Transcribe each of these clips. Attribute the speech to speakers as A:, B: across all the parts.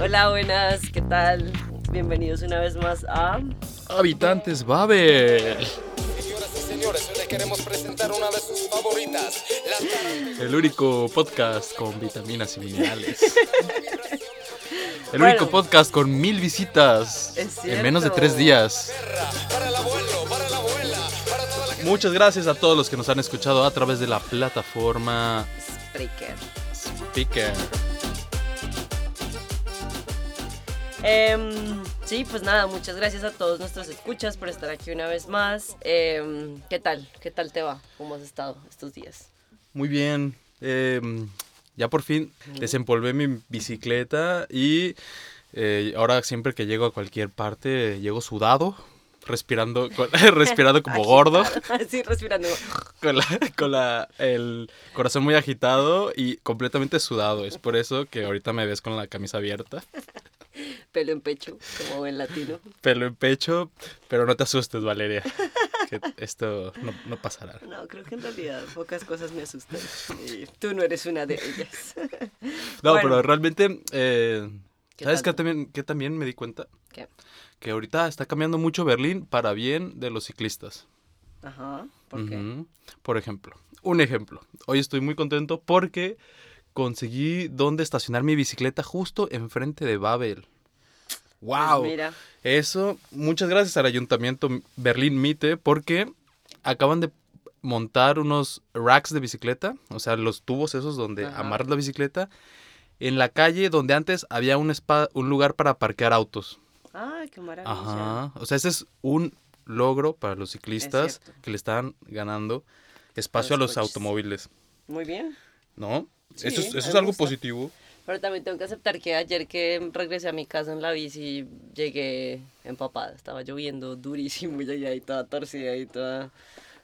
A: Hola, buenas, ¿qué tal? Bienvenidos una vez más a...
B: Habitantes Babel.
C: Señoras y señores, hoy les queremos presentar una de sus favoritas, la
B: El único podcast con vitaminas y minerales. El
A: Bueno.
B: único podcast con mil visitas
A: Es
B: en menos de
A: cierto.
B: tres días.
C: perra, para el abuelo, para la abuela, para toda la
B: Muchas gracias a todos los que nos han escuchado a través de la plataforma
A: Spreaker.
B: Speaker.
A: Em, sí, pues nada, muchas gracias a todos nuestros escuchas por estar aquí una vez más. Em, ¿Qué tal? ¿Qué tal te va? ¿Cómo has estado estos días?
B: Muy bien. eh, ya por fin desempolvé mi bicicleta y eh, ahora siempre que llego a cualquier parte llego sudado, respirando, con- respirando como gordo.
A: Así respirando.
B: con, la, con la- el corazón muy agitado y completamente sudado. Es por eso que ahorita me ves con la camisa abierta,
A: Pelo en pecho, como buen latino.
B: pelo en pecho, pero no te asustes, Valeria. Que esto no, no pasará.
A: No, creo que en realidad pocas cosas me asustan. Y tú no eres una de ellas.
B: No,
A: Bueno.
B: pero realmente, eh,
A: ¿Qué
B: ¿sabes qué
A: tal?
B: también, qué también me di cuenta?
A: ¿Qué?
B: Que ahorita está cambiando mucho Berlín para bien de los ciclistas.
A: Ajá, ¿por qué?
B: Ujú. Por ejemplo, un ejemplo. Hoy estoy muy contento porque conseguí dónde estacionar mi bicicleta justo enfrente de Babel. ¡Wow!
A: Pues mira,
B: Eso, muchas gracias al Ayuntamiento Berlín Mite porque acaban de montar unos racks de bicicleta, o sea, los tubos esos donde
A: Ajá.
B: amarras la bicicleta, en la calle donde antes había un, spa- un lugar para parquear autos.
A: ay, qué maravilla.
B: Ajá. O sea, ese es un logro para los ciclistas
A: cierto.
B: que le están ganando espacio a
A: los
B: los
A: coches.
B: automóviles,
A: Muy bien.
B: ¿no?
A: Sí,
B: eso es,
A: me
B: eso es algo
A: gusta.
B: positivo.
A: Pero también tengo que aceptar que ayer que regresé a mi casa en la bici llegué empapada, estaba lloviendo durísimo, llegué ahí toda torcida y toda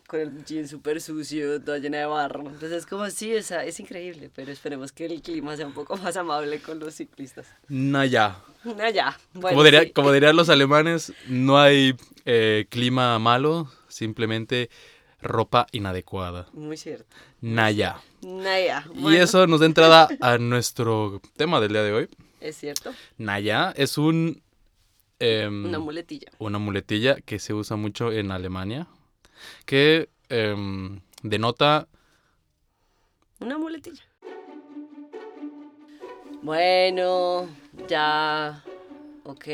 A: con el jean súper sucio, toda llena de barro. Entonces es como, sí, o sea, es increíble, pero esperemos que el clima sea un poco más amable con los ciclistas.
B: Naya.
A: Allá, bueno.
B: como, diría-
A: sí.
B: como dirían los alemanes, no hay eh, clima malo, simplemente ropa inadecuada.
A: Muy cierto.
B: Naya.
A: Naya.
B: Y
A: bueno,
B: eso nos da entrada a nuestro tema del día de hoy.
A: Es cierto.
B: Naya es un... em,
A: Una muletilla.
B: una muletilla que se usa mucho en Alemania, que em, denota...
A: Una muletilla. Bueno, ya. Ok.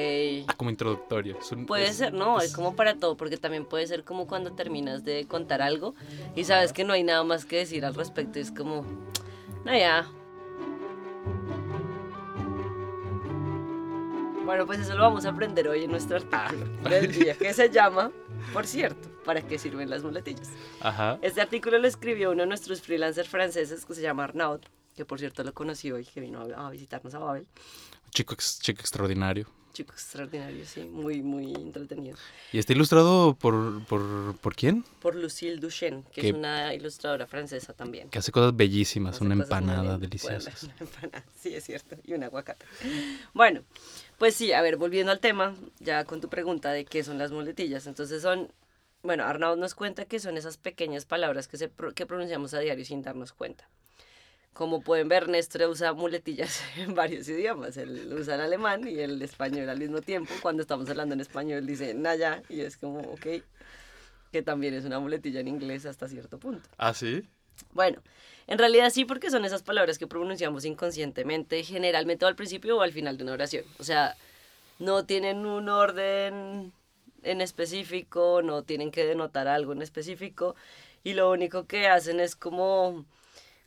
B: Ah, como introductorio. es un-
A: Puede
B: es-
A: ser, no,
B: es-
A: es como para todo, porque también puede ser como cuando terminas de contar algo y sabes que no hay nada más que decir al respecto, y es como, "No, ya. Bueno, pues eso lo vamos a aprender hoy en nuestro artículo del día, que se llama, por cierto, ¿para qué sirven las muletillas?
B: Ajá.
A: Este artículo lo escribió uno de nuestros freelancers franceses que se llama Arnaud, que por cierto lo conocí hoy, que vino a a visitarnos a Babel.
B: Chico, ex- chico extraordinario.
A: Chico extraordinario, sí, muy, muy entretenido.
B: ¿Y está ilustrado por, por, por quién?
A: por Lucille Duchenne, que
B: Que-
A: es una ilustradora francesa también.
B: Que hace cosas bellísimas,
A: Hace
B: una
A: cosas muy
B: empanada
A: lindas.
B: deliciosa.
A: Bueno, una empanada, sí, es cierto, y un aguacate. Bueno, pues sí, a ver, volviendo al tema, ya con tu pregunta de qué son las muletillas. Entonces son, bueno, Arnaud nos cuenta que son esas pequeñas palabras que, se, pro- que pronunciamos a diario sin darnos cuenta. Como pueden ver, Néstor usa muletillas en varios idiomas. Él usa el alemán y el español al mismo tiempo. Cuando estamos hablando en español dice Naya y es como, ok, que también es una muletilla en inglés hasta cierto punto.
B: ¿Ah, sí?
A: Bueno, en realidad sí, porque son esas palabras que pronunciamos inconscientemente, generalmente o al principio o al final de una oración. O sea, no tienen un orden en específico, no tienen que denotar algo en específico, y lo único que hacen es como,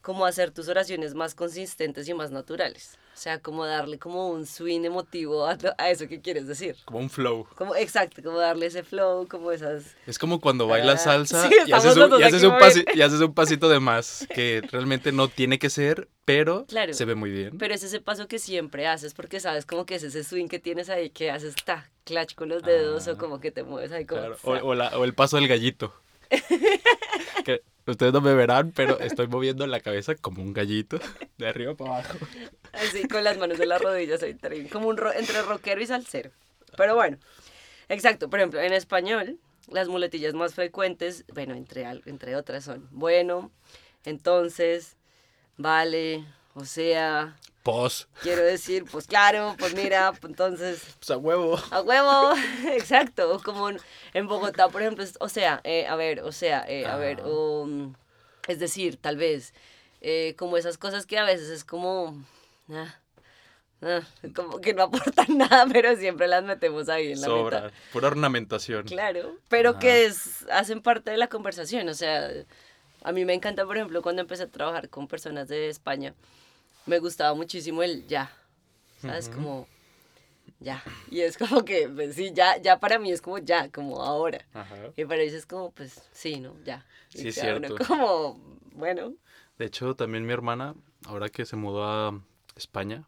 A: como hacer tus oraciones más consistentes y más naturales. O sea, como darle como un swing emotivo a, lo- a eso que quieres decir.
B: Como un flow.
A: Como, exacto, como darle ese flow, como esas...
B: Es como cuando bailas
A: Ah,
B: salsa
A: sí,
B: y,
A: estamos
B: haces
A: los
B: un,
A: dos
B: y haces
A: aquí
B: un
A: moviendo.
B: pasi- y haces un pasito de más, que realmente no tiene que ser, pero
A: Claro.
B: se ve muy bien.
A: Pero es ese paso que siempre haces porque sabes como que es ese swing que tienes ahí que haces ta, clutch con los dedos o
B: Ah.
A: como que te mueves ahí como...
B: Claro,
A: za.
B: O, o la- o el paso del gallito. que ustedes no me verán, pero estoy moviendo la cabeza como un gallito, de arriba para abajo.
A: Así con las manos de las rodillas, ahí, trin, como un ro- entre rockero y salsero. Pero bueno, exacto. Por ejemplo, en español, las muletillas más frecuentes, bueno, entre, al- entre otras son bueno, entonces, vale, O sea,
B: Pos.
A: quiero decir, pues claro, pues mira, pues entonces,
B: Pues a huevo.
A: a huevo, exacto, como en, en Bogotá, por ejemplo, es- o sea, eh, a ver, o sea, eh, a ver,
B: Ah.
A: um, es decir, tal vez, eh, como esas cosas que a veces es como, ah, ah, como que no aportan nada, pero siempre las metemos ahí en la meta.
B: Sobra. Pura ornamentación.
A: Claro, pero
B: Ajá.
A: que es- hacen parte de la conversación. O sea, a mí me encanta, por ejemplo, cuando empecé a trabajar con personas de España, me gustaba muchísimo el ya. ¿Sabes? Como ya. Y es como que, pues sí, ya, ya para mí es como ya, como ahora.
B: Ajá.
A: Y para ellos es como, pues sí, ¿no? Ya. Y
B: Sí, es
A: cada uno
B: cierto.
A: como, bueno,
B: De hecho, también mi hermana, ahora que se mudó a España,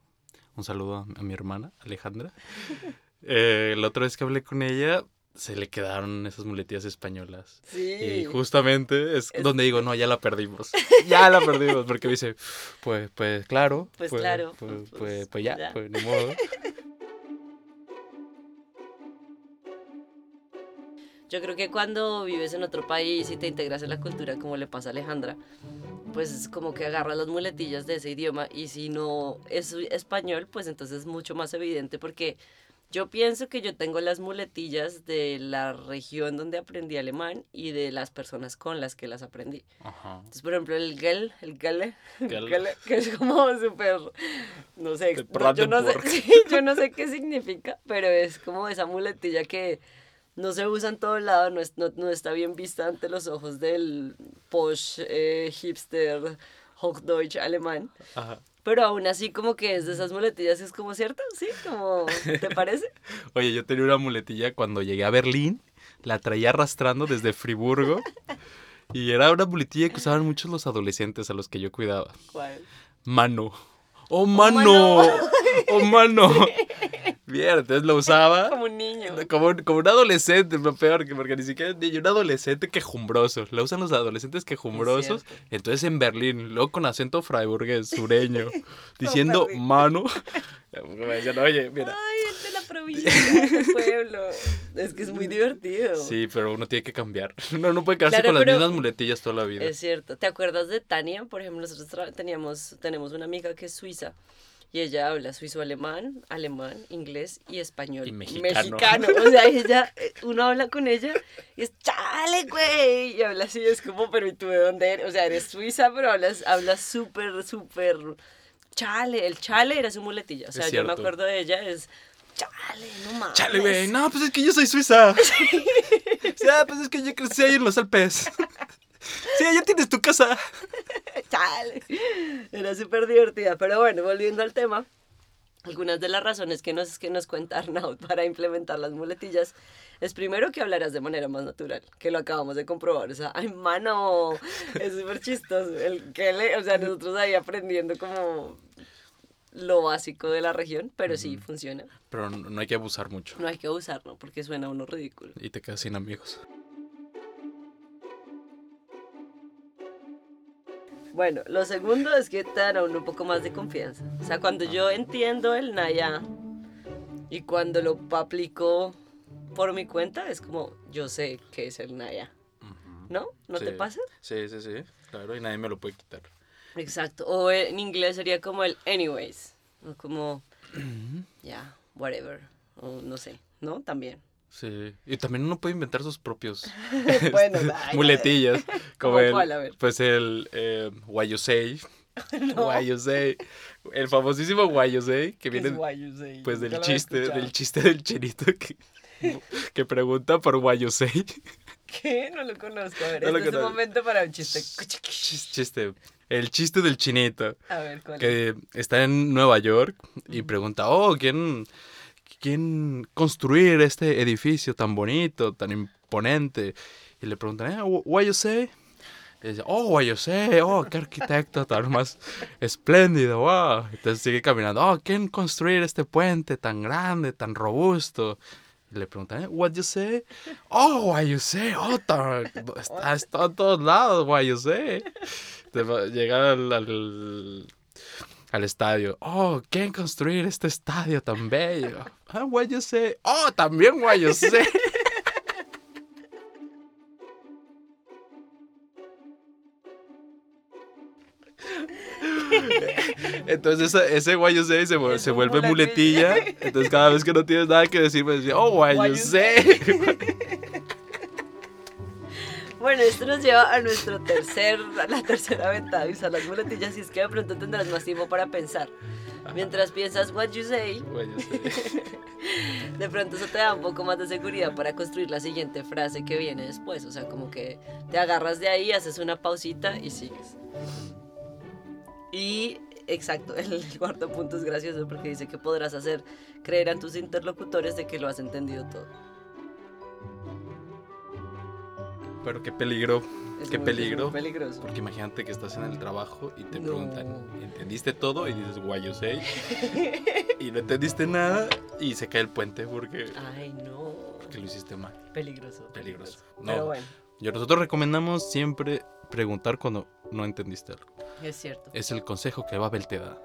B: un saludo a, a mi hermana, Alejandra. eh, la otra vez que hablé con ella, se le quedaron esas muletillas españolas.
A: sí.
B: Y justamente es, donde digo, no, ya la perdimos. Ya la perdimos, porque me dice, pues, pues claro.
A: Pues claro,
B: Pues,
A: pues,
B: pues- pues ya,
A: ya.
B: pues ni modo.
A: Yo creo que cuando vives en otro país y te integras en la cultura, como le pasa a Alejandra, pues es como que agarras las muletillas de ese idioma y si no es español, pues entonces es mucho más evidente porque yo pienso que yo tengo las muletillas de la región donde aprendí alemán y de las personas con las que las aprendí.
B: Ajá.
A: Entonces, por ejemplo, el gel, el gale,
B: Gel.
A: que es como súper, no sé,
B: De
A: no- yo no sé,
B: Brandenburg.
A: sí, yo no sé qué significa, pero es como esa muletilla que no se usa en todo lado, no, es- no, no está bien vista ante los ojos del posh eh, hipster Hochdeutsch alemán.
B: Ajá.
A: Pero aún así como que es de esas muletillas que es como cierto, sí, como, ¿te parece?
B: Oye, yo tenía una muletilla cuando llegué a Berlín, la traía arrastrando desde Friburgo. Y era una muletilla que usaban muchos los adolescentes a los que yo cuidaba.
A: ¿Cuál?
B: Mano. ¡Oh, mano! ¡Oh, mano! Bien, entonces lo usaba
A: Como un niño.
B: como, un- como un adolescente, lo peor, que porque ni siquiera ni un adolescente quejumbroso. La usan los adolescentes quejumbrosos.
A: Es
B: Entonces en Berlín, luego con acento fraiburgués, sureño, diciendo
A: rico.
B: mano. Me decían, oye, mira.
A: Ay, el de la provincia, del pueblo. Es que es muy divertido.
B: Sí, pero uno tiene que cambiar. Uno no puede quedarse
A: Claro,
B: con las
A: pero-
B: mismas muletillas toda la vida.
A: Es cierto. ¿Te acuerdas de Tania? Por ejemplo, nosotros tra- teníamos, tenemos una amiga que es suiza y ella habla suizo-alemán, alemán, inglés y español.
B: Y mexicano.
A: Mexicano. O sea, ella, eh, uno habla con ella y es chale, güey. Y habla así, es como, pero ¿y tú de dónde eres? O sea, eres suiza, pero hablas, hablas súper, súper chale. El chale era su muletilla. O sea, yo me
B: cierto.
A: acuerdo de ella, es chale, no mames.
B: Chale, güey. No, pues es que yo soy suiza. Sí, ah, pues es que yo crecí ahí en los Alpes. Sí, ya tienes tu casa.
A: Chale. Era súper divertida. Pero bueno, volviendo al tema, algunas de las razones que nos, que nos cuenta Arnaud para implementar las muletillas es primero que hablarás de manera más natural, que lo acabamos de comprobar. O sea, ay, mano, es súper chistoso. El que le- o sea, nosotros ahí aprendiendo como lo básico de la región, pero sí funciona.
B: Pero no no hay que abusar mucho.
A: No hay que usarlo porque suena uno ridículo.
B: Y te quedas sin amigos.
A: Bueno, lo segundo es que te dan a uno un poco más de confianza. O sea, cuando yo entiendo el Naya y cuando lo aplico por mi cuenta, es como yo sé que es el Naya. ¿No? ¿No te pasa?
B: Sí, sí, sí. Claro, y nadie me lo puede quitar.
A: Exacto. O en inglés sería como el anyways. O como, ya, whatever. O no sé, ¿no? También.
B: Sí. Y también uno puede inventar sus propios
A: Bueno,
B: Este
A: ay,
B: muletillas. Como
A: ¿Cómo
B: el,
A: cuál? A ver.
B: Pues el eh, Why You Say. Why You Say. El famosísimo Why You Say, que viene pues del chiste, del chiste del chinito que, que pregunta por Why You Say.
A: ¿Qué? No lo conozco. A ver,
B: No lo
A: este es un
B: conozco.
A: momento para un chiste.
B: Chis- Chiste. El chiste del chinito.
A: A ver, ¿cuál? es?
B: que está en Nueva York y pregunta, oh, ¿quién, ¿quién construir este edificio tan bonito, tan imponente? Y le preguntan, eh, wh- why you say? Y dice, oh, why you say, oh, qué arquitecto tan más espléndido, wow. Entonces sigue caminando, oh, ¿quién construir este puente tan grande, tan robusto? Y le preguntan, eh, what you say? Oh, why you say, oh, tan- está, está a todos lados, why you say. Te va- Llega al- al, al estadio. Oh, ¿quién construir este estadio tan bello? Ah, Guayosé. Oh, también Guayosé. Entonces esa- ese guay yo sé se, vu-
A: Es
B: se
A: un
B: vuelve
A: muletilla.
B: muletilla. Entonces cada vez que no tienes nada que decir, me decís, oh, guay
A: Guay,
B: yo
A: yo
B: sé.
A: Bueno, esto nos lleva a nuestro tercer, a la tercera ventana y usar las muletillas y es que de pronto tendrás más tiempo para pensar. Mientras piensas what you say,
B: Guay, yo sé.
A: de pronto eso te da un poco más de seguridad para construir la siguiente frase que viene después. O sea, como que te agarras de ahí, haces una pausita y sigues. Y exacto, el cuarto punto es gracioso porque dice que podrás hacer creer a tus interlocutores de que lo has entendido todo.
B: Pero qué peligro,
A: Es
B: qué
A: muy- es muy
B: peligro.
A: peligroso.
B: Porque imagínate que estás en el trabajo y te
A: No.
B: preguntan, ¿entendiste todo? Y dices, guay yo sé. y no entendiste nada y se cae el puente porque,
A: Ay, no.
B: porque lo hiciste mal.
A: Peligroso.
B: Peligroso. No.
A: Pero bueno,
B: Yo nosotros recomendamos siempre preguntar cuando no entendiste algo.
A: es cierto.
B: Es el consejo que Babel te da.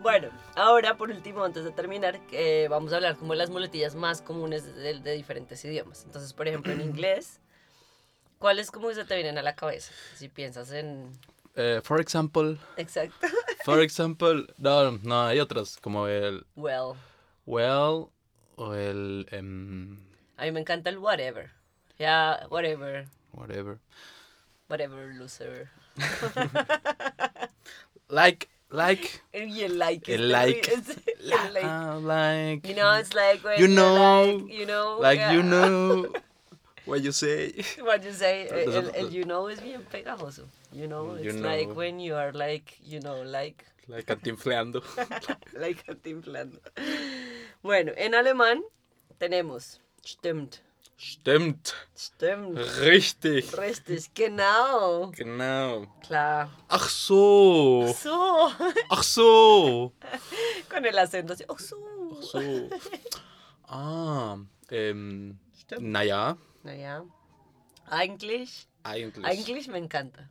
A: Bueno, ahora por último, antes de terminar, eh, vamos a hablar como de las muletillas más comunes de, de diferentes idiomas. Entonces, por ejemplo, en inglés, ¿cuáles como que se te vienen a la cabeza? Si piensas en...
B: Eh, for example,
A: Exacto.
B: for example, no, no, hay otras como el
A: Well,
B: well o el em,
A: a mí me encanta el whatever. Ya, whatever,
B: whatever.
A: whatever, loser.
B: Like, like,
A: Y el like.
B: El
A: es
B: like.
A: terrible, es- el like.
B: ah, like,
A: You know, it's like when
B: You
A: you're
B: know,
A: like, you know,
B: like you
A: yeah.
B: know what you say.
A: What you say, el, el-
B: Nosotros-
A: you know es bien pegajoso. You know,
B: You
A: it's like
B: know.
A: when you are like, you know, like,
B: Like cantinfleando.
A: like cantinflando. Bueno, en alemán tenemos stimmt,
B: Stimmt,
A: stimmt,
B: richtig,
A: richtig, genau,
B: genau.
A: klar.
B: Ach so,
A: So,
B: ach so.
A: con el acento así, oh, so.
B: So. Ah, ähm, naja,
A: Naja, eigentlich,
B: eigentlich.
A: eigentlich me encanta.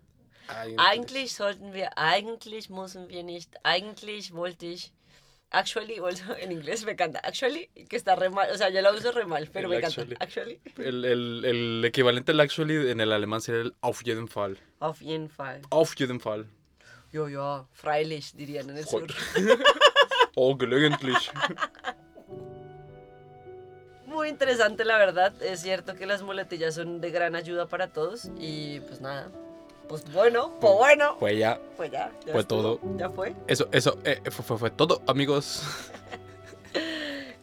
B: Eigentlich.
A: Eigentlich sollten wir, eigentlich müssen wir nicht, eigentlich wollte ich. Actually, also en inglés me encanta. Actually, que está re mal, o sea, yo la uso re mal, pero
B: El
A: me encanta.
B: actually.
A: Actually,
B: El, el, el equivalente al actually en el alemán sería el auf jeden Fall.
A: auf jeden Fall.
B: Auf jeden Fall.
A: Yo, yo, freilich dirían en el sur.
B: oh, gelegentlich.
A: Muy interesante, la verdad. Es cierto que las muletillas son de gran ayuda para todos. Y pues nada, pues bueno, pues bueno,
B: Pues ya,
A: pues ya. ya
B: fue
A: estuvo,
B: todo.
A: Ya fue.
B: eso, eso eh, fue, fue, fue todo, amigos.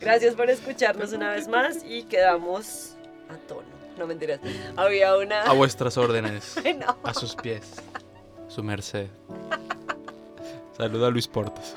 A: Gracias por escucharnos una vez más y quedamos a tono. No mentiras. Había una.
B: A vuestras órdenes.
A: Ay, no.
B: A sus pies. Su merced. Saluda a Luis Portas.